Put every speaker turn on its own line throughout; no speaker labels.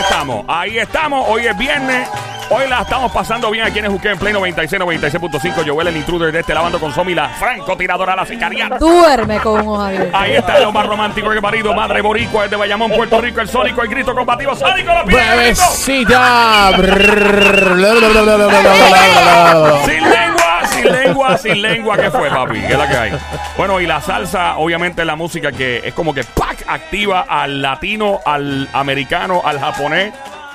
estamos, ahí estamos. Hoy es viernes. Hoy la estamos pasando bien aquí en el Juque en Play 96, 96.5. Joel, el intruder de este, lavando con Somi, la francotiradora, la sicariana.
Duerme con un ojo abierto.
Ahí está lo más romántico que parido, madre boricua, el de Bayamón, Puerto Rico, el sónico, el grito combativo, sónico, los pies, el grito.
Bebecita.
Sin lengua, sin lengua, sin lengua, ¿qué fue, papi? ¿Qué es la que hay? Bueno, y la salsa, obviamente, es la música que es como que ¡pac! activa al latino, al americano, al japonés,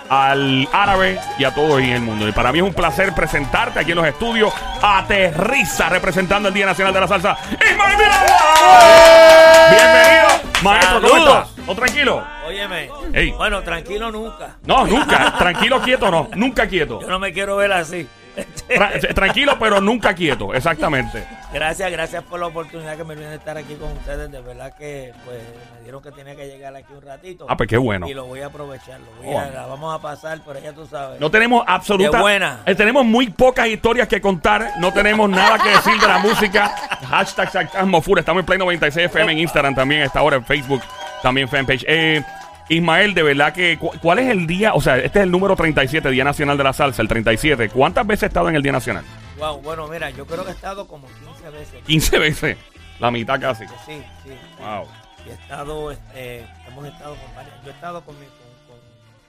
al árabe y a todos en el mundo. Y para mí es un placer presentarte aquí en los estudios. Aterriza representando el Día Nacional de la Salsa. ¡Ismael Miranda! Bienvenido, maestro, ¿cómo
Saludos.
estás? ¿O tranquilo?
Óyeme.
Ey.
Bueno, tranquilo nunca.
No, nunca. Tranquilo, quieto, no. Nunca quieto.
Yo no me quiero ver así.
Tra- tranquilo, pero nunca quieto. Exactamente.
gracias, gracias por la oportunidad que me viene de estar aquí con ustedes. De verdad que pues me dieron que tenía que llegar aquí un ratito.
Ah, pues qué bueno.
Y lo voy a aprovechar. Lo voy
Oh.
a, la vamos a pasar, pero ya tú sabes.
No tenemos absoluta.
Qué buena.
Eh, tenemos muy pocas historias que contar. No tenemos nada que decir de la música. Hashtag sarcasmo Fura. Estamos en Play 96 FM en Instagram también. Está ahora en Facebook. También fanpage. Eh, Ismael, de verdad que. cu- ¿Cuál es el día? O sea, este es el número 37, Día Nacional de la Salsa, el 37. ¿Cuántas veces he estado en el Día Nacional?
Wow, bueno, mira, yo creo que he estado como 15 veces.
15 veces. La mitad casi.
Sí, sí.
Wow.
Y he estado, este, hemos estado con varias. Yo he estado con mi, con, con,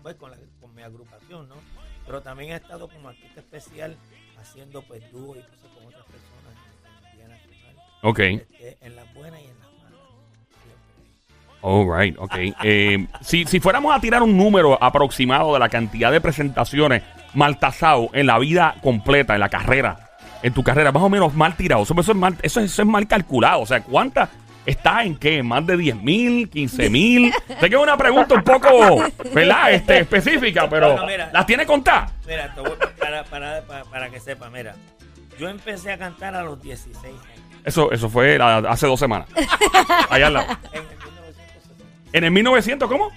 pues, con la- con mi agrupación, ¿no? Pero también he estado como artista especial haciendo pues dúo y cosas con otras personas en el Día Nacional.
Ok.
Este, en las buenas y en las malas. Siempre.
All right, ok. Eh, si, si fuéramos a tirar un número aproximado de la cantidad de presentaciones mal tasado en la vida completa, en la carrera, en tu carrera, más o menos mal tirado, eso, eso es, mal, eso, es- eso es mal calculado. O sea, ¿cuántas está en qué? ¿Más de 10 mil? ¿15 mil? sé que es una pregunta un poco, ¿verdad? Este, específica, pero
Bueno, mira.
¿las tiene contadas?
Mira, te voy- para, para, para, para que sepa, mira. Yo empecé a cantar a los 16 años.
Eso, eso fue la- hace dos semanas. Allá al lado.
En el 1966.
En el 1900, ¿cómo?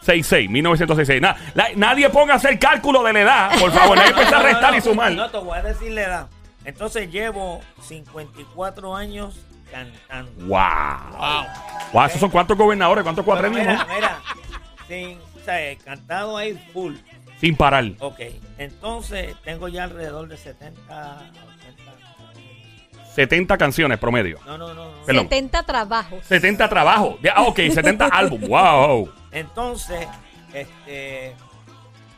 66, 1966. Na- la- nadie ponga a hacer cálculo de la edad, por favor. Nadie empieza a
No, no,
restar
no,
y sumar.
No, te voy a decir la edad. Entonces llevo 54 años cantando.
Wow. Wow, ¿esos son cuántos gobernadores, cuántos
Pero
cuatrenios?
mira,
no?
mira, sin, o sea, he cantado ahí full.
Sin parar.
Ok, entonces tengo ya alrededor de 70, 80.
70 canciones promedio.
No, no, no. no.
Perdón.
70 trabajos.
70 trabajos. Ya, Ah, ok, 70 álbumes. Wow.
Entonces, este,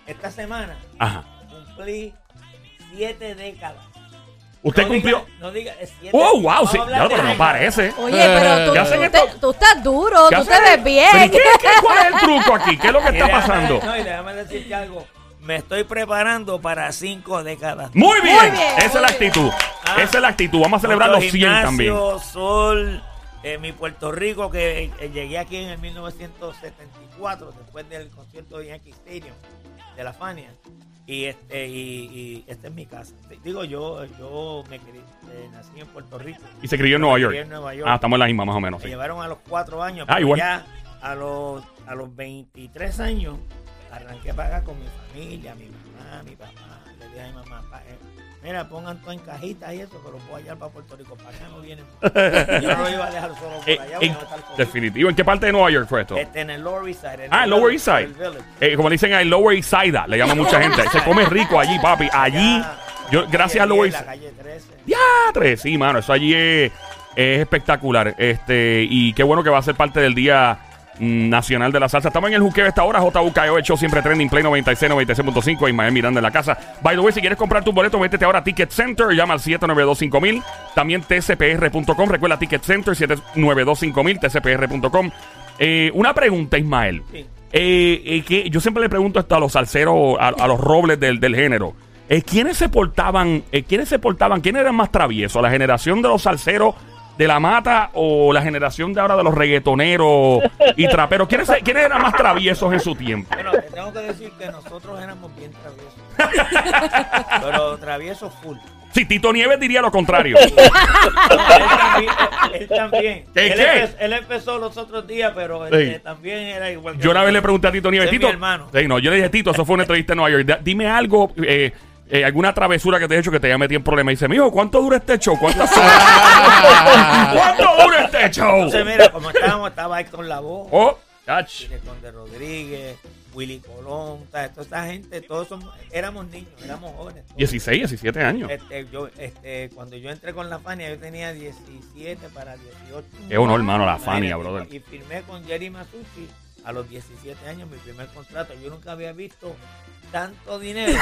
esta semana
Ajá.
cumplí 7 décadas.
Usted
No
cumplió.
diga- no diga, es siete.
Oh, wow.
Vamos a
Sí,
hablar
ya,
de
pero no
años.
parece.
Oye, pero tú,
¿Qué hacen
tú
estos-
te- tú estás duro,
¿Qué
tú te
hacen?
ves
¿Pero y
bien.
qué- qué- ¿Cuál es el truco aquí? ¿Qué es lo que
Y
está
déjame-
pasando?
No, y déjame decirte algo. Me estoy preparando para 5 décadas.
Muy bien.
Muy bien,
Esa es la
muy bien.
actitud.
Ah.
Esa es la actitud. Vamos a celebrar los 100 también.
Gimnasio, Sol, eh, mi Puerto Rico, que eh, llegué aquí en el 1974, después del concierto de Yankee Stadium, de la Fania. Y, este, y, y esta es mi casa. Digo, yo, yo me crié- eh, nací en Puerto Rico.
Y se crió en Nueva York.
crié en Nueva York.
Ah, estamos en la misma más o menos.
Me
sí.
llevaron a los cuatro años.
Ah,
pero
igual.
Ya a los, a los 23 años arranqué para acá con mi familia, mi mamá, mi papá. Le dije a mi mamá, "Pa, eh, mira, pongan todo en cajita y eso, que los voy a llevar para Puerto Rico. Para acá no vienen. Yo no lo iba a dejar solo por
Eh,
allá.
eh,
voy a estar con-
definitivo. ¿En qué parte de Nueva York fue esto?
Este, en el Lower East Side. en
Ah,
el
el Lower
Village,
East Side.
el Village.
Eh, como le dicen al Lower East Side, ah, le llama mucha gente. Se come rico allí, papi. Allí,
Allá,
yo,
la
gracias al
calle
Lower
10,
East
La calle 13.
¡Diatre! Sí, mano, eso allí es, es espectacular. Este, y qué bueno que va a ser parte del Día mm, Nacional de la Salsa. Estamos en el juqueo de esta hora, JUKO, E el show siempre trending, Play 96, 96.5, Ismael Miranda en la casa. By the way, si quieres comprar tus boletos, métete ahora a Ticket Center, llama al 792-5000, también tcpr.com, recuerda Ticket Center, 792-5000, tcpr.com. Eh, una pregunta, Ismael.
Sí.
Eh, eh, que yo siempre le pregunto esto a los salseros, a, a los robles del, del género. Eh, ¿Quiénes se portaban, eh, quiénes se portaban, quiénes eran más traviesos? ¿La generación de los salseros de la mata o la generación de ahora de los reggaetoneros y traperos? ¿Quiénes, se- quiénes eran más traviesos en su tiempo?
Bueno, te tengo que decir que nosotros éramos bien traviesos. pero traviesos full.
Si Tito Nieves diría lo contrario.
él también. Él, también.
¿Qué,
él,
qué?
empe- él empezó los otros días, pero este,
Sí.
también era igual. que
Yo una vez le
nosotros.
pregunté a Tito Nieves,
Es mi
Tito.
hermano.
Sí, no, yo le dije, Tito, eso fue una entrevista en Nueva York. Da- Dime algo, eh, eh, alguna travesura que te he hecho que te haya metido en problemas. Y dice, mijo, ¿cuánto dura este show? ¿Cuántas horas? ¿Cuánto dura este show?
Entonces, mira, como estábamos, estaba Héctor Lavoe,
Oh, ach.
Conde Rodríguez, Willy Colón, ta- toda esta gente, todos somos, éramos niños, éramos jóvenes. todos.
16, 17 años.
Este, yo, este, cuando yo entré con la Fania, yo tenía 17 para 18.
Es honor, hermano, la Fania,
Imagínate,
brother.
Y firmé con Jerry Masucci a los 17 años mi primer contrato. Yo nunca había visto tanto dinero.
¿De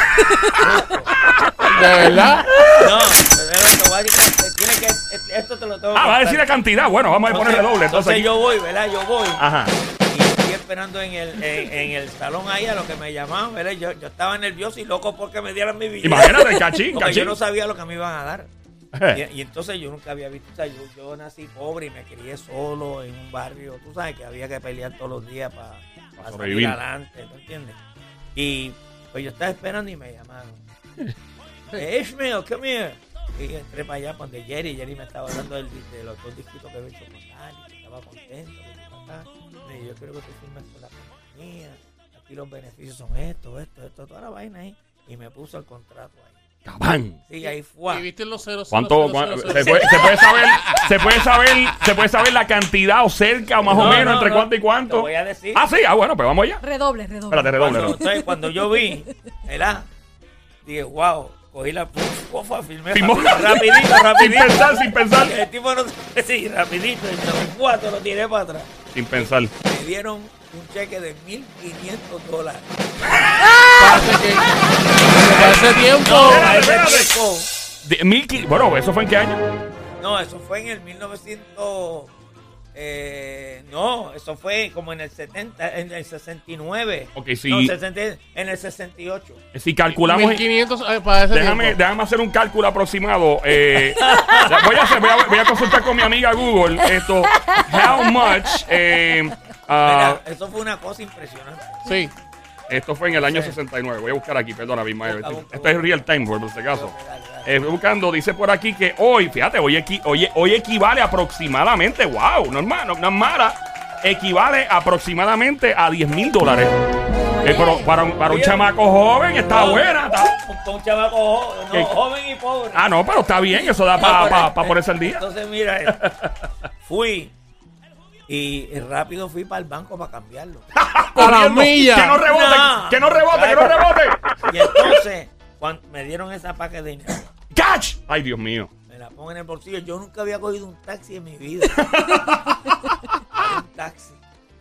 verdad?
no, pero te voy a decir, te- tiene que- este, esto te lo tengo que
Ah, va a
contar.
decir la cantidad. Bueno, vamos a ponerle doble. Entonces, Ah.
yo voy, ¿verdad? Yo voy.
Ajá.
Y estoy esperando en el, en, en el salón ahí a lo que me llamaban, ¿verdad? Yo, yo estaba nervioso y loco porque me dieran mi billete.
Imagínate, cachín,
Porque yo
cachín. Eh,
no sabía lo que me iban a dar. Y, y entonces yo nunca había visto, o sea, yo, yo nací pobre y me crié solo en un barrio, tú sabes que había que pelear todos los días para
sobrevivir.
salir adelante, ¿no entiendes? Y pues yo estaba esperando y me llamaron. "Eh, Ishmael, come here. Y entré para allá donde Jerry, Jerry me estaba hablando del, de los dos disquitos que había hecho con Dani, que estaba contento, que estaba acá. Me dijo, yo creo que tú firmes con la compañía, aquí los beneficios son esto, esto, esto, toda la vaina ahí. Y me puso el contrato ahí.
Cabán.
Sí, ahí fue.
¿Y viste los ceros?
¿Cuánto? cua- se, puede, se puede saber, se puede saber, se puede saber la cantidad o cerca o más o
No,
menos
no,
entre
no.
cuánto y cuánto.
Te voy a decir.
Ah, sí. Ah, bueno, pues vamos allá.
Redoble, redoble.
Espérate, redoble.
Cuando, entonces, cuando yo vi, ¿verdad? Dije, wow, cogí la pu- cofa, firmé
Firmó.
rapidito,
Sin
rapidito.
pensar, sin pensar.
El tipo no sí, rapidito, el cuatro lo tiré para atrás.
Sin pensar.
Me dieron un cheque de 1.500 dólares.
Ah.
Para ese tiempo.
A ese
espérate.
tiempo-
De- mil qui- bueno, ¿eso fue en qué año?
No, eso fue en el 1900. eh, no, eso fue como en el 70, en el 69.
Ok, sí.
No, 60 en el 68.
Si calculamos...
1500 eh, para ese
Déjame,
tiempo.
déjame hacer un cálculo aproximado. eh, voy, a hacer- voy a- voy a consultar con mi amiga Google esto. How much... eh, ah,
Mira, eso fue una cosa impresionante.
Sí.
Esto fue en el año
Sí.
69. Voy a buscar aquí, perdona, Bismael.
Busca,
Esto,
busca,
esto es
busca.
real time, por si acaso.
Dale, dale.
Eh, buscando, dice por aquí que hoy, fíjate, hoy, equi- hoy, hoy equivale aproximadamente, wow, no es ma- no- no es mala, equivale aproximadamente a 10 mil dólares. Eh, pero para un, para un
Oye.
chamaco joven está Ah, buena. está-
Un, un chamaco jo- no,
¿Qué?
joven y pobre.
Ah, no, pero está bien, eso da para ponerse al día.
Entonces, mira, eh, fui y rápido fui para el banco para cambiarlo.
A la
Corriendo. Que no
milla.
rebote,
No.
que no rebote, que no rebote.
Y entonces, cuando me dieron esa paca de dinero,
¡Catch! Ay, Dios mío.
me la pongo en el bolsillo. Yo nunca había cogido un taxi en mi vida. un taxi.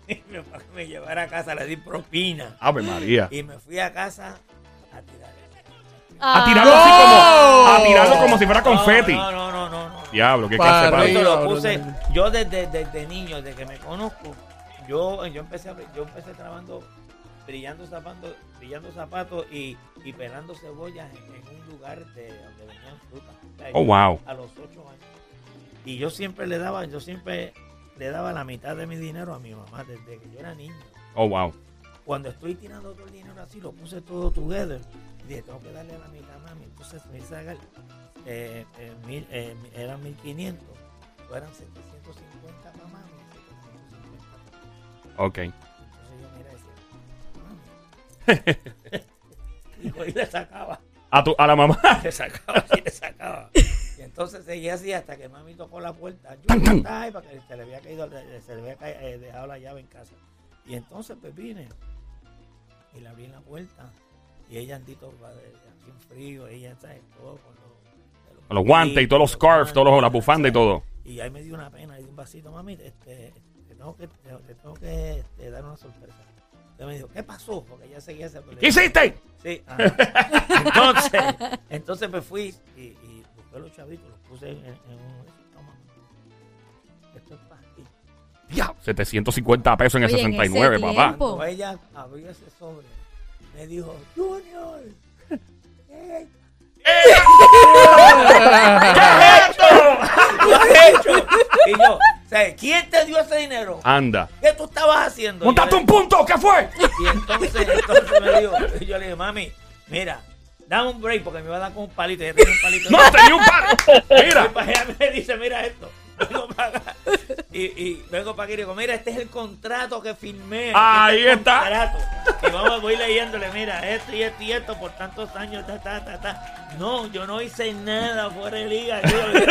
Y me, me llevara a casa, le di propina.
Ave María.
Y me fui a casa a tirar.
A
Ah,
tirarlo así como, a tirarlo como si fuera confeti.
No, no, no, no, no. no.
Diablo, qué clase
Para
de
arriba.
Yo lo
no,
puse,
no,
yo desde, desde niño, desde que me conozco, yo, yo empecé a- yo empecé trabajando, brillando zapatos, brillando zapatos y, y pelando cebollas en, en un lugar de donde venían frutas. O sea,
Oh,
yo
wow.
A los ocho años. Y yo siempre le daba, yo siempre le daba la mitad de mi dinero a mi mamá desde que yo era niño.
Oh, wow.
Cuando estoy tirando todo el dinero así, lo puse todo together. Y dije, tengo que darle la mitad a mami. Entonces me hice sacar, eh, eh, mil, eh, eran 1500, o eran 750 para mami. 750 para mí.
Ok.
Entonces yo mira y decía, mami. y yo y le sacaba,
A, tu, a la mamá.
le sacaba y le sacaba. Y entonces seguía así hasta que mami tocó la puerta. Yo,
Tan, tan.
Ay, para que se le había caído, se le había ca- eh, dejado la llave en casa. Y entonces pues vine y le abrí la puerta. Y ella andito va de- así en frío, ella está todo con los,
Con los guantes y todos los scarves, todos los, la bufanda y todo.
Y ahí me dio una pena, le di un vasito, mami, este, te tengo que, te, te tengo que este, dar una sorpresa. Entonces me dijo, ¿qué pasó? Porque ella seguía esa
¿Qué hiciste?
Sí. ajá. entonces, entonces me fui y, y busqué los chavitos, los puse en, en un. Toma. Esto es para ti.
Ya, 750 pesos en el
Oye, en
69,
ese
papá.
tiempo.
Cuando ella abrió ese sobre, me dijo, Junior. ¿Qué tú has hecho? Y yo, ¿sabes? ¿quién te dio ese dinero?
Anda.
¿Qué tú estabas haciendo?
¡Montaste
Y yo-
un punto! ¿Qué fue?
Y entonces, entonces me dijo, y yo le dije, mami, mira, dame un break porque me va a dar con un palito. Ella tenía un palito.
¡No, tenía un par!
Voy
Mira.
para allá, me dice, mira esto. Vengo para acá. Y, y vengo para aquí y digo, mira, este es el contrato que firmé.
Ahí
Este es el
está.
contrato. Y vamos, voy leyéndole, mira, esto y esto y esto por tantos años, ta, ta, ta, ta. No, yo no hice nada fuera de liga. yo-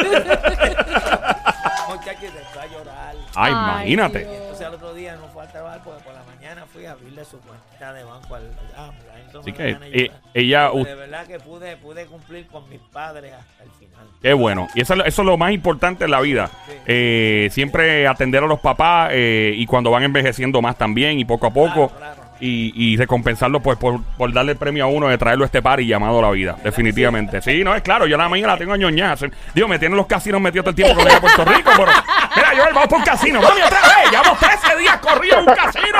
muchacho y se fue a llorar.
Ay,
Ay,
imagínate.
Dios.
Entonces al otro día no fue al trabajo porque por la mañana fui a abrirle su cuenta de banco al... Ah, mira, entonces
Así
me
que
dan a
eh,
llorar.
ella,
Pero
u-
de verdad que pude, pude cumplir con mis padres hasta el final.
qué bueno. Y eso, es lo- eso es lo más importante en la vida.
Sí.
Eh, siempre atender a los papás eh, y cuando van envejeciendo más también y poco a poco.
Claro, claro.
Y, y recompensarlo pues por, por darle el premio a uno de traerlo a este par y llamado a la vida. Definitivamente. Sí, no, es claro, yo la mañana la tengo ñoñada. Se- Digo, me tienen los casinos metidos todo el tiempo que voy a Puerto Rico, pero. Mira, Joel, vamos por un casino. Mami, otra vez. Llevamos 13 días corrido en un casino.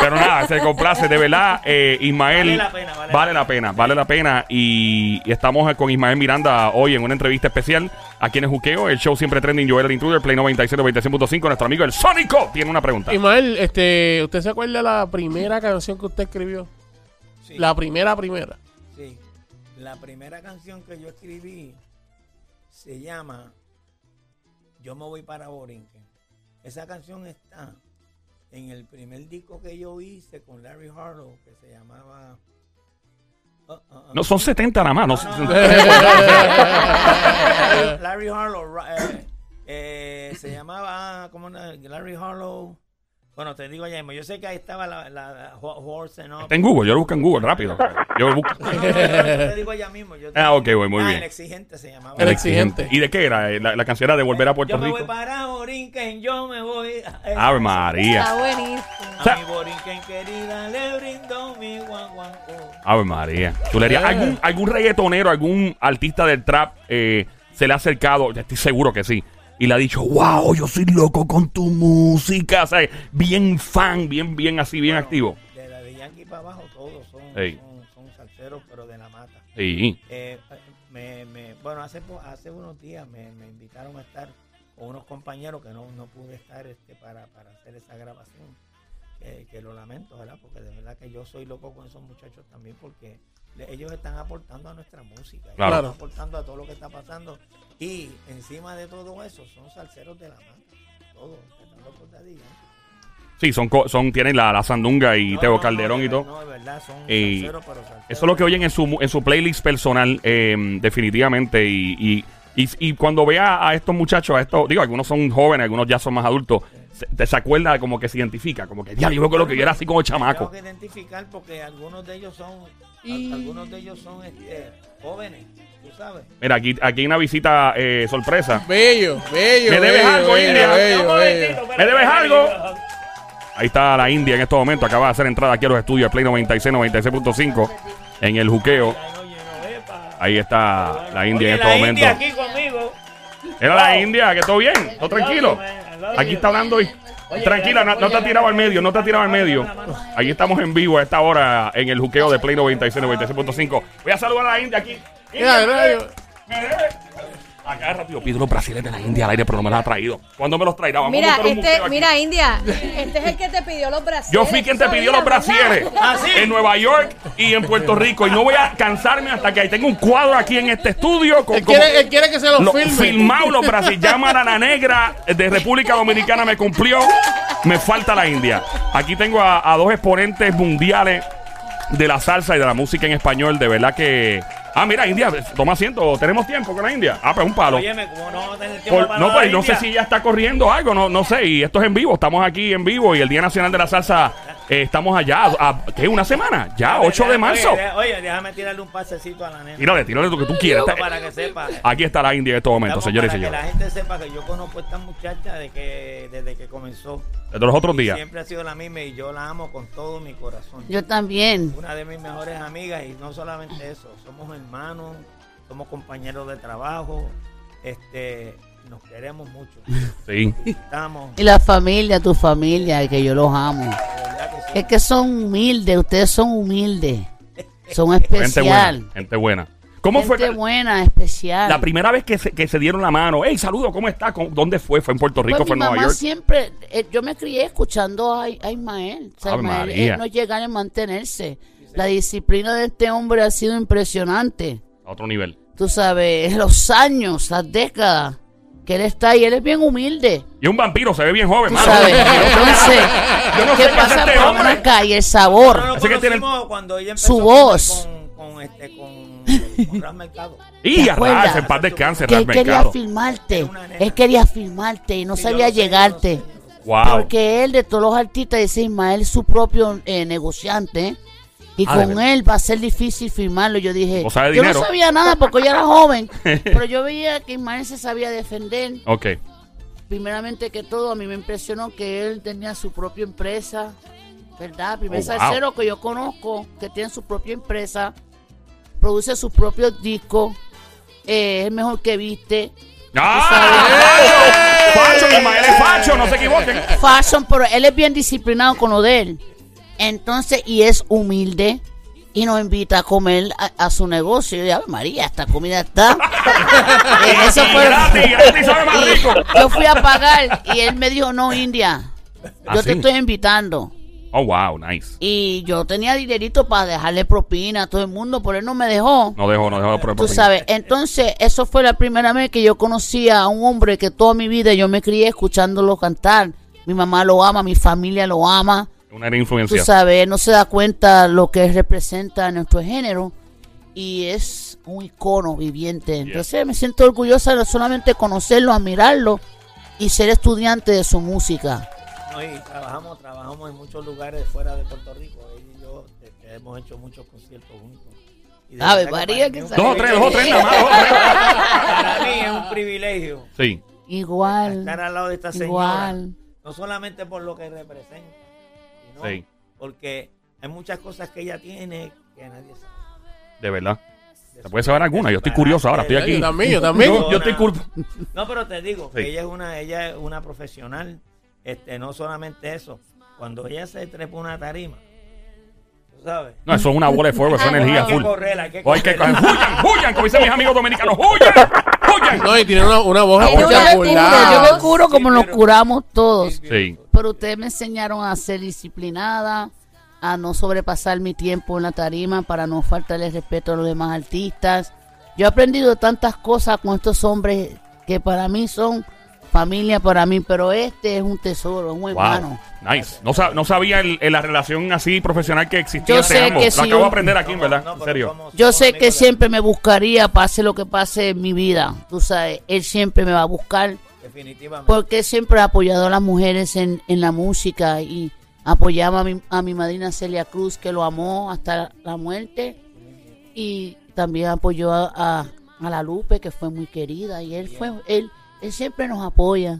Pero nada, se complace. De verdad, eh, Ismael.
Vale la pena, vale la
vale la pena, vale la pena. Y, y estamos con Ismael Miranda hoy en una entrevista especial aquí en el Juqueo. El show siempre trending Joel el Intruder, Play 97, 96.5. Nuestro amigo el Sónico tiene una pregunta.
Ismael, este, ¿usted se acuerda la primera canción que usted escribió?
Sí,
La primera, primera.
sí. La primera canción que yo escribí se llama Yo me voy para Borinquen. Esa canción está en el primer disco que yo hice con Larry Harlow que se llamaba... Ah, ah, ah.
No, son 70 nada más. No,
No,
son-
no, no. Larry- Larry Harlow ra- eh, eh, se llamaba ¿cómo era? Larry Harlow. Bueno, te digo ya mismo. Yo sé que ahí estaba la, la, la Ho- Horse and Up.
Está en Google, yo lo busco en Google rápido. Yo lo busco.
No, no, no, yo te digo ya mismo. yo te-
Ah, ok, güey, muy
Ah,
bien.
El exigente se llamaba.
El exigente.
¿Y de qué era? Eh, La, la canción era de volver a Puerto
yo me voy
Rico. Ah,
para Borinquen, yo me voy. a- eh,
Ave María.
Está buenísimo.
A mi Borinquen querida le brindo mi guaguancó.
Ave María. Chulería.
Eh.
¿Algún, algún reggaetonero, algún artista del trap eh, se le ha acercado? Ya Estoy seguro que sí. Y le ha dicho, wow, yo soy loco con tu música. O sea, bien fan, bien, bien así, bien activo.
De la de Yankee para abajo todos son,
Ey.
son, son salseros, pero de la mata.
Sí.
Eh, me, me- bueno, hace, po- hace unos días me, me invitaron a estar con unos compañeros que no, no pude estar este, para, para hacer esa grabación. Que, que lo lamento, ¿verdad? Porque de verdad que yo soy loco con esos muchachos también porque le- ellos están aportando a nuestra música. ellos
Claro.
Están aportando a todo lo que está pasando. Y encima de todo eso, son salseros de la mano. Todos. están locos de Daddy Yankee.
Sí, son, co- son, tienen la, la sandunga y
No,
Teo
no, no,
Calderón
de
y todo.
ver- No, de verdad, son
Ey,
salseros, pero salseros.
Eso es lo que oyen en su, en su playlist personal, eh, definitivamente. Y, y, y, y cuando vea a estos muchachos, a estos, digo, algunos son jóvenes, algunos ya son más adultos, se, te- se acuerda como que se identifica, como que ya yo creo que yo era así como
Tengo
chamaco.
que identificar porque algunos de ellos son,
Y-
al- algunos de ellos son este, jóvenes, tú sabes.
Mira, aquí, aquí hay una visita eh, sorpresa.
Bello, bello.
Me debes
bello,
algo,
bello,
India.
bello,
Un
bello.
momentito, espérate,
Eh, ¿Me debes
espérate,
algo?
espérate.
Ahí está la India en este momento, acaba de hacer entrada aquí a los estudios de Play 96, 96.5 en el juqueo.
Ay, no, yo no, epa.
Ahí está la India
Oye,
en este
la
momento.
India aquí conmigo.
Era la India, que todo bien, todo tranquilo.
Al lado
Aquí
mío.
está hablando y tranquila, no, no te ha tirado al medio, no te ha tirado al medio. Ahí estamos en vivo a esta hora en el juqueo de Play 96, 96.5. Voy a saludar a la India aquí.
Ya,
India,
rayo.
me debe- me debe. Acá rápido pido los brasiles de la India al aire, pero no me los ha traído. ¿Cuándo me los traerá? Vamos a
Mira,
montar un museo
este,
aquí.
mira, este India, este es el que te pidió los brasieres.
Yo fui quien te pidió los brasieres
¿Ah, sí?
en Nueva York y en Puerto Rico. Y no voy a cansarme hasta que ahí tengo un cuadro aquí en este estudio con,
Él
como-
quiere, él quiere que se lo,
lo,
filme.
filmado los brasileños. Llama a la negra de República Dominicana, me cumplió. Me falta la India. Aquí tengo a, a dos exponentes mundiales de la salsa y de la música en español. De verdad que. Ah, mira, India, toma asiento. Tenemos tiempo con la India. Ah, pues un palo.
Óyeme, ¿cómo no vamos a tener tiempo
Por-
para
no,
la
pues no sé
India?
si ya está corriendo algo, no, no sé. Y esto es en vivo, estamos aquí en vivo y el Día Nacional de la Salsa eh, estamos allá. A, a- ¿Qué? ¿Una semana? Ya, 8 de
Oye,
marzo.
de- Oye, déjame tirarle un pasecito a la nena
Tírale, tírale lo que tú quieras. Está-
para que sepa.
Aquí está la India en este momento,
Estamos
señores y
para que la
señores.
gente sepa que yo conozco a esta muchacha de que, desde que comenzó.
De los otros
Y
días.
Siempre ha sido la misma y yo la amo con todo mi corazón.
Yo también.
Una de mis mejores amigas y no solamente eso, somos hermanos, somos compañeros de trabajo, este, nos queremos mucho.
Sí.
Estamos,
Y la familia, tu familia, que yo los amo.
de verdad que
Es
sí.
que son humildes, ustedes son humildes. Son
Gente buena,
especial.
gente buena. ¿Cómo fue
Gente
la-
buena, especial.
la primera vez que se, que se dieron la mano? Hey, saludo, ¿cómo está? ¿Cómo- ¿Dónde fue? ¿Fue en Puerto Rico?
Pues
¿Fue en
mi
Nueva
mamá
York?
siempre, eh, yo me crié escuchando a, a Ismael. O sea,
Ave
Ismael,
María.
él no llegar a mantenerse. La disciplina de este hombre ha sido impresionante.
A otro nivel.
Tú sabes, los años, las décadas que él está y él es bien humilde.
Y un vampiro, se ve bien
Tú
joven, mano.
sabes, entonces,
Yo no Ah, sé
¿qué
qué hace
pasa
este
por
hombre.
acá y el
Nosotros
sabor?
nos
Así que tiene-
conocimos cuando ella
su
empezó con-
voz.
Con, con este, con con Ras Mercado.
Y
¿Te acuerdas?
atrás, en paz descanse,
que
Ras
él quería
Mercado.
filmarte,
Una nena.
él quería filmarte y no
Sí, yo
sabía
lo sé, yo lo
llegarte.
sé, yo lo sé.
Wow.
Porque él, de todos los artistas, dice Ismael, su propio eh, negociante. Y
Ah, de
con
verdad.
él va a ser difícil firmarlo. Yo dije,
O sea, de
yo no
dinero.
sabía nada porque yo era joven. pero yo veía que Ismael se sabía defender.
Ok.
Primeramente que todo, a mí me impresionó que él tenía su propia empresa. ¿Verdad? Primer
Oh, wow.
salsero que yo conozco, que tiene su propia empresa, produce sus propios discos, eh, es el mejor que viste.
¡Ah! ¡Facho! ¡Facho! Ismael es facho, no se equivoquen.
fashion, pero él es bien disciplinado con lo de él. Entonces, y es humilde y nos invita a comer a, a su negocio. Y yo, "Ave María, esta comida está. Y eso
Y
fue-
gratis, gratis sabe más rico.
yo fui a pagar y él me dijo, no, India,
¿Ah,
yo
sí?
te estoy invitando.
Oh, wow, nice.
Y yo tenía dinerito para dejarle propina a todo el mundo, pero él no me dejó.
No dejo, no dejo por
Tú sabes, entonces eso fue la primera vez que yo conocí a un hombre que toda mi vida yo me crié escuchándolo cantar. Mi mamá lo ama, mi familia lo ama.
Una era
tú
influencia.
sabes, no se da cuenta lo que representa nuestro género y es un icono viviente. Entonces me siento orgullosa de solamente conocerlo, admirarlo y ser estudiante de su música.
No, y trabajamos, trabajamos en muchos lugares fuera de Puerto Rico. Él y yo este, hemos hecho muchos conciertos juntos. Y de
Ave
verdad que para
María, que
mí es un
sabe.
Dos o tres, dos o tres nada más, dos o tres.
Para mí es un privilegio
Sí.
estar
Igual,
al lado de esta señora.
igual.
No solamente por lo que representa, sino
Sí.
porque hay muchas cosas que ella tiene que nadie sabe.
De verdad.
De
¿Te
su-
puede saber alguna?
de
Yo
su
estoy curioso ahora, estoy
carácter,
aquí.
Yo también, yo
Yo,
también.
yo estoy culpa.
No, pero te digo,
Sí.
que ella es una, ella es una profesional. Este, no solamente eso. Cuando ella se trepa una tarima, tú sabes.
No, eso es una bola de fuego, eso es energía
Hay que
full.
correr, hay que
O hay que
correr.
huyan, huyan, como dicen mis amigos dominicanos, huyan, huyan.
No, y tiene una, una voz
Tiene
Yo
una
espectacular.
me,
actividad.
yo me curo
Sí,
como nos
pero-
curamos todos,
Sí,
pero ustedes me enseñaron a ser disciplinada, a no sobrepasar mi tiempo en la tarima para no faltarle respeto a los demás artistas. Yo he aprendido tantas cosas con estos hombres que para mí son familia para mí, pero este es un tesoro, es un
wow.
hermano.
Nice. No, sa- no sabía el- el- la relación así profesional que existía
Yo
entre
sé
ambos.
que
Lo
sí,
acabo de
un-
aprender aquí,
No,
¿verdad?
no,
en
pero
serio.
somos-
Yo
somos
sé que
amigos de-
siempre me buscaría, pase lo que pase en mi vida. Tú sabes, él siempre me va a buscar
Definitivamente.
porque siempre ha apoyado a las mujeres en, en la música y apoyaba a mi, a mi madrina Celia Cruz, que lo amó hasta la muerte. Y también apoyó a, a- a la Lupe, que fue muy querida. Y él, fue, él, él siempre nos apoya.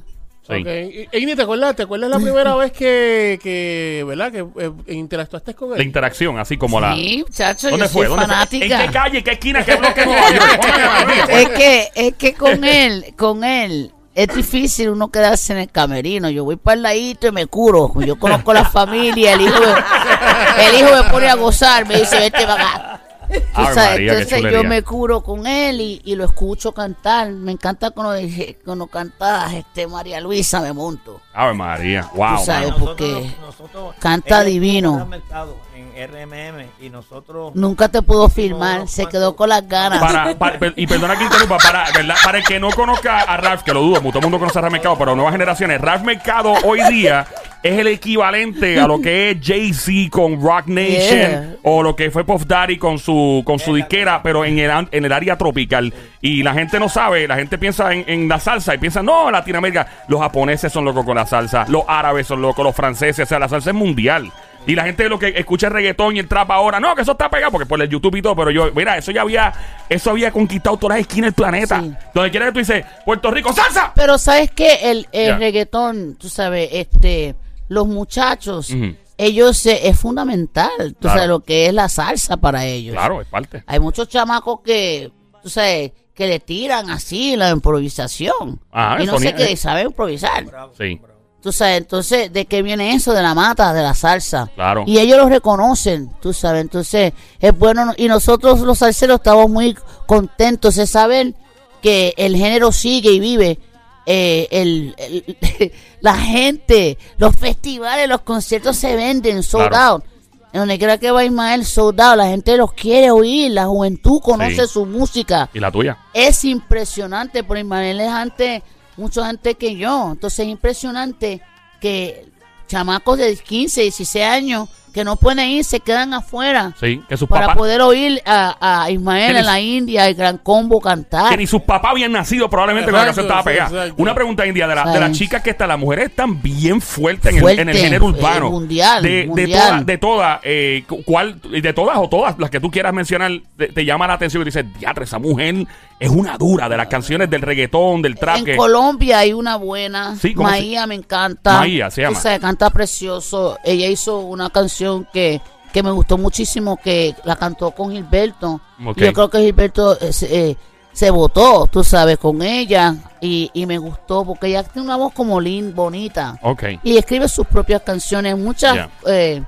Sí.
Ok. Y- Igni, ¿te acuerdas, ¿te acuerdas la primera vez que, que ¿verdad? que eh, interactuaste con él?
La interacción, así como la.
Sí, muchacho, yo
¿Dónde
soy
fue? ¿Dónde fue?
fanática. Eh,
¿En qué calle, qué esquina, qué bloque de Nueva York? Póngame
es que es que con él con él es difícil uno quedarse en el camerino. Yo voy para el ladito y me curo. Yo conozco la familia. El hijo, me- el hijo me pone a gozar. Me dice, vete para acá. Tú
Ave
sabes,
María, qué
entonces
chulería.
yo me curo con él y, y lo escucho cantar. Me encanta cuando, cuando cantas este, María Luisa, me monto.
Ave María. Wow.
Tú sabes.
mano.
porque
nosotros-
canta
ella estuvo
divino.
en el mercado, en RMM y nosotros
Nunca te pudo firmar. Se quedó con las ganas.
Para, para- per- y perdona que interrumpa, para, ¿verdad? para el que no conozca a Ralph, que lo dudo, todo el mundo conoce a Ralph Mercado, pero nuevas generaciones, Ralph Mercado hoy día es el equivalente a lo que es Jay-Z con Rock Nation
Yeah.
o lo que fue Puff Daddy con su, con su disquera, pero en el, an- en el área tropical. Y la gente no sabe, la gente piensa en, en la salsa y piensa, no, Latinoamérica, los japoneses son locos con la salsa, los árabes son locos, los franceses, o sea, la salsa es mundial. Y la gente lo que escucha el reggaetón y el trap ahora, no, que eso está pegado porque por el YouTube y todo, pero yo, mira, eso ya había, eso había conquistado todas las esquinas del planeta.
Sí.
Donde quiera que tú dices, Puerto Rico, salsa.
Pero sabes que el, el
Ya.
reggaetón, tú sabes, este, los muchachos,
Ujú.
ellos eh, es fundamental, tú
Claro.
sabes, lo que es la salsa para ellos.
Claro, es parte.
Hay muchos chamacos que, tú sabes, que le tiran así la improvisación.
Ajá, eh.
y no sé
ponía-
qué, saben improvisar.
bravo,
Sí.
bravo.
Tú sabes, entonces, ¿de qué viene eso? De la mata, de la salsa.
Claro.
Y ellos lo reconocen, tú sabes. Entonces, es bueno. Y nosotros los salseros estamos muy contentos de saber que el género sigue y vive. Eh, el, el- la gente, los festivales, los conciertos se venden sold
Claro.
out. En donde quiera que va Ismael, sold out. La gente los quiere oír, la juventud conoce
Sí.
su música
Y la tuya.
es impresionante, porque Ismael es antes, mucho antes que yo. Entonces es impresionante que chamacos de 15, 16 años que no pueden ir, se quedan afuera
Sí, que sus
para
papás.
poder oír a, a Ismael
Que
en
ni-
la India, el gran combo
Que
cantar.
ni sus papás habían nacido probablemente cuando la canción estaba
Exacto,
pegada.
exacto.
Una pregunta india de, la-
Sí.
de las chicas que están, las mujeres están bien fuertes en, el-
Fuerte,
en el género urbano.
eh, mundial,
de, de
mundial.
todas, de todas, eh, cu- cuál, de todas o todas las que tú quieras mencionar, te, te llama la atención y dices, diatre, esa mujer es una dura de las canciones del reggaetón, del trap. que-
En Colombia hay una buena.
Sí, ¿cómo
Maía me encanta.
Maía se llama.
Esa canta precioso. Ella hizo una canción que, que me gustó muchísimo, que la cantó con Gilberto.
Ok.
Yo creo que Gilberto eh, se, eh, se votó, tú sabes, con ella. Y, y me gustó porque ella tiene una voz como linda, bonita.
Ok.
Y escribe sus propias canciones. Muchas
Ya.
eh,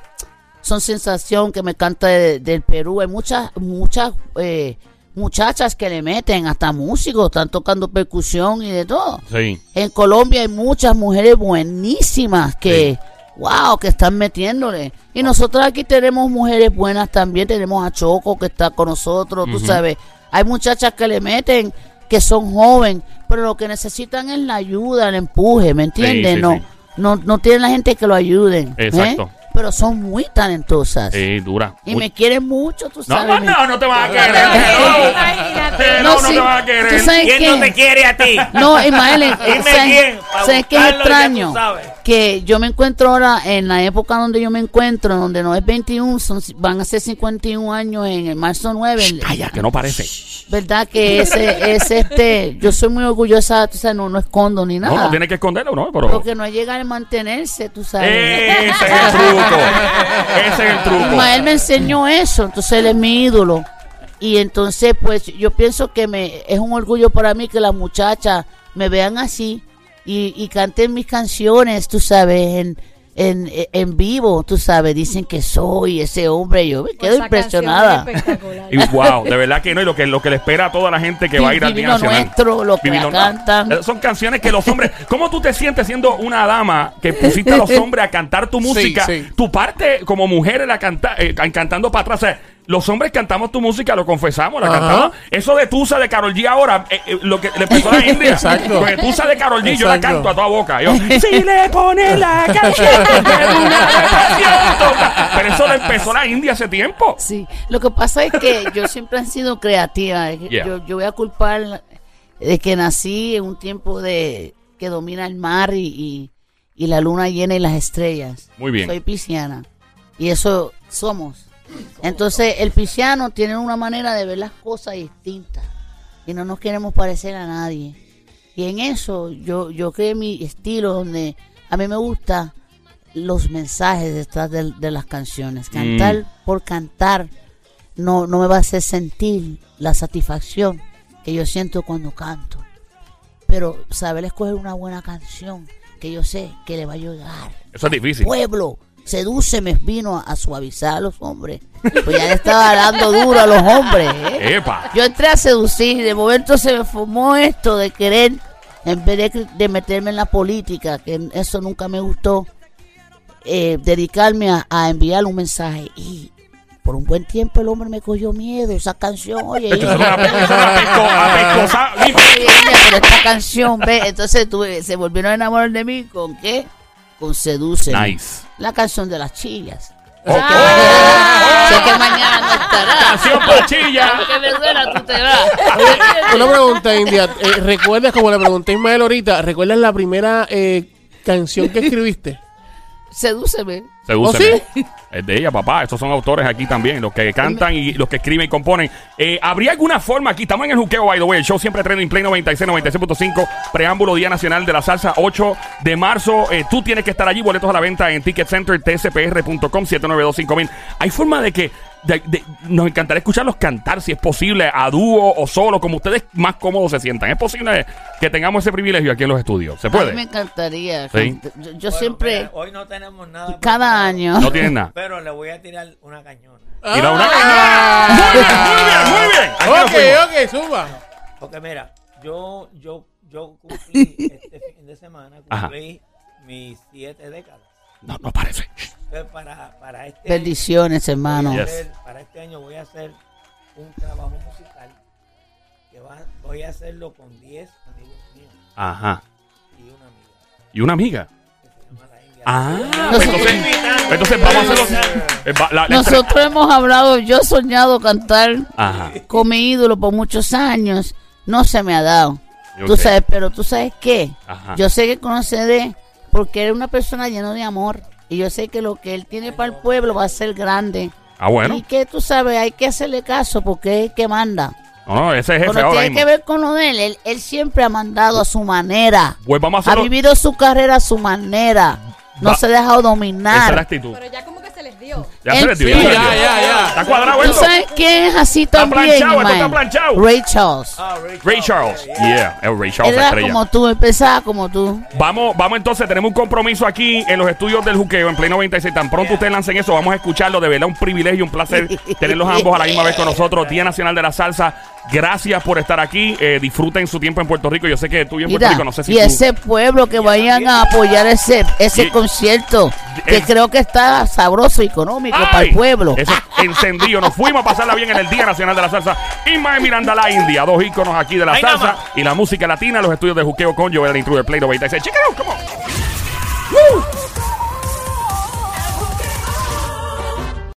son sensación que me canta de- del Perú. Hay muchas, muchas eh, muchachas que le meten, hasta músicos, están tocando percusión y de todo.
Sí.
En Colombia hay muchas mujeres buenísimas que, wow, que están metiéndole. Y nosotros aquí tenemos mujeres buenas también. Tenemos a Choco que está con nosotros, tú sabes. Hay muchachas que le meten, que son jóvenes, pero lo que necesitan es la ayuda, el empuje, ¿me entiendes?
sí,
no,
sí.
no, no tienen la gente que lo ayuden. ¿eh?
Exacto.
Pero son muy talentosas.
Sí, dura.
Y
Uy.
me quieren mucho, tú
no,
sabes.
no,
me-
no, no te vas a querer. no.
Imagínate.
no, no te vas a
¿Tú
querer.
sabes
¿Quién
qué?
no te quiere a ti?
No, Ismael, eh,
Dime
¿sabes,
quién, pa'
sabes qué
buscarlo,
es
ya tú
extraño?
sabes.
Que yo me encuentro ahora en la época donde yo me encuentro, donde no es 21, son, van a ser 51 años en el marzo 9. el-
Calla, que no parece.
¿Verdad? Que ese es este. Yo soy muy orgullosa, tú sabes, no, no escondo ni nada.
No, no tienes que esconderlo, ¿no? Pero...
Lo que no llega a mantenerse, tú sabes.
Eh,
Ese es el truco. Ese es el truco.
Ismael me enseñó eso, entonces él es mi ídolo. Y entonces, pues yo pienso que me es un orgullo para mí que las muchachas me vean así y, y canten mis canciones, tú sabes, en, en, en vivo, tú sabes. Dicen que soy ese hombre, yo me quedo impresionada.
Y wow, de verdad que no, y lo que, lo que le espera a toda la gente que va a ir al Día
Divino
Nacional.
nuestro, lo que
Divino-
cantan.
Eh, Son canciones que los hombres. ¿Cómo tú te sientes siendo una dama que pusiste a los hombres a cantar tu
Sí,
música?
sí.
Tu parte como mujer la canta, eh, can- cantando para atrás. O sea, los hombres cantamos tu música, lo confesamos, la
Ajá.
cantamos. Eso de Tusa de Carol G ahora, eh, eh, lo que le empezó a la India.
Exacto.
Porque Tusa de Carol G, yo la
Exacto.
canto a toda boca. Yo, si le pones la canción, de una vez pa' ciento". Pero eso le empezó la India hace tiempo.
Sí, lo que pasa es que yo siempre he sido creativa. eh,
Yeah.
Yo, yo voy a culpar de que nací en un tiempo de que domina el mar y, y- y la luna llena y las estrellas.
Muy bien.
Soy pisciana y eso somos. Entonces el pisciano tiene una manera de ver las cosas distintas y no nos queremos parecer a nadie. Y en eso yo, yo creé mi estilo donde a mí me gusta los mensajes detrás del- de, las
Mm.
canciones. Cantar por cantar no, no me va a hacer sentir la satisfacción que yo siento cuando canto. Pero saber escoger una buena canción que yo sé que le va a llegar
Eso es difícil.
Pues,
pueblo. Sedúceme vino a, a suavizar a los hombres. Pues ya le estaba dando duro a los hombres. ¿eh?
Epa.
Yo entré a seducir y de momento se me formó esto de querer, en vez de, cri- de meterme en la política, que en- eso nunca me gustó, eh, dedicarme a, a enviar un mensaje. Y por un buen tiempo el hombre me cogió miedo. Esa canción, oye,
Eso es una pe- eso es una pesco- una pescosa-
Oye, niña, pero esta canción, ve, entonces tuve- se volvieron a enamorar de mí con qué? Con Seduce.
Nice.
La canción de las chillas.
Oh,
Sé, que
oh,
mañana, sé que mañana no estará.
Ah. Canción pachilla.
Que me duela, tú te vas.
Una pregunta, India. Eh, ¿Recuerdas, como le pregunté a Ismael ahorita, ¿recuerdas la primera eh, canción que escribiste?
Sedúceme.
Sedúceme.
¿Oh,
Es de ella, papá. Estos son autores aquí también, los que cantan y los que escriben y componen. Eh, ¿Habría alguna forma aquí? Estamos en el juqueo, by the way. El show siempre trending play 96, 96.5. Preámbulo Día Nacional de la Salsa, 8 de marzo. Eh, tú tienes que estar allí. Boletos a la venta en Ticket Center, tspr.com, 7925000. ¿Hay forma de que de- de- nos encantaría escucharlos cantar, si es posible, a dúo o solo, como ustedes más cómodos se sientan? ¿Es posible que tengamos ese privilegio aquí en los estudios? ¿Se
A mí me
puede?
encantaría.
Sí.
Yo, yo
Bueno,
siempre,
mira, hoy no tenemos nada.
cada
preparado,
año.
No tienen nada.
Pero le voy a tirar una cañona.
Tira una-
Ah.
Muy bien, muy bien, muy bien. Aquí nos fuimos.
Ok, ok, suba.
Porque mira, yo, yo, yo cumplí este fin de semana,
Ajá.
cumplí mis siete décadas.
No, no parece.
Entonces, para, para este
Bendiciones, hermano.
voy a
Yes.
hacer- para este año voy a hacer un trabajo musical que va, voy a hacerlo con 10 amigos míos
Ajá.
y una amiga
Y una amiga.
que se llama la India.
Ah,
Nosotros-
pues entonces, Entonces vamos a hacerlo. eh, va- la- la-
Nosotros hemos hablado, yo he soñado cantar
Ajá.
con mi ídolo por muchos años. No se me ha dado.
Ok.
Tú sabes, pero tú sabes qué.
Ajá.
Yo sé que conoce de porque él es una persona llena de amor. Y yo sé que lo que él tiene para el pueblo va a ser grande.
Ah, bueno.
Y que tú sabes, hay que hacerle caso porque es el que manda.
No, no, ese es jefe
Pero
ahora
tiene que
mismo.
ver con lo de él. él. él siempre ha mandado a su manera.
Pues vamos a
Ha
hacerlo.
vivido su carrera a su manera. No
Va-
se ha dejado
Esa es la
dominar.
actitud.
Pero ya como que se les dio.
Ya se
el-
le dio.
sí,
se le
ya,
dio.
ya, ya.
Está cuadrado
¿Tú
esto.
sabes quién es así también,
planchado, esto está
Imael?
planchado.
Ray Charles.
Ah, Ray
Ray Charles. Yeah, el Ray Charles
Él
la
era
estrella.
como tú, empezaba como tú.
Vamos, vamos entonces, tenemos un compromiso aquí en los estudios del juqueo en Play 96. Tan pronto ustedes lancen eso, vamos a escucharlo. De verdad, un privilegio, un placer tenerlos ambos a la misma vez con nosotros. Día Nacional de la Salsa, gracias por estar aquí. Eh, disfruten su tiempo en Puerto Rico. Yo sé que tú en Puerto
Mira,
Rico, no sé si
y
tú-
ese pueblo que vayan a apoyar ese ese
Y-
concierto, que
es-
creo que está sabroso y económico para
¡Ay!
el pueblo.
Eso es encendido. Nos fuimos a pasarla bien en el Día Nacional de la Salsa. Isma de Miranda, la India. Dos íconos aquí de la
Ahí nada
salsa
más.
y la música latina. Los estudios de juqueo con Joel Intruder Play 96. Check it out, come on.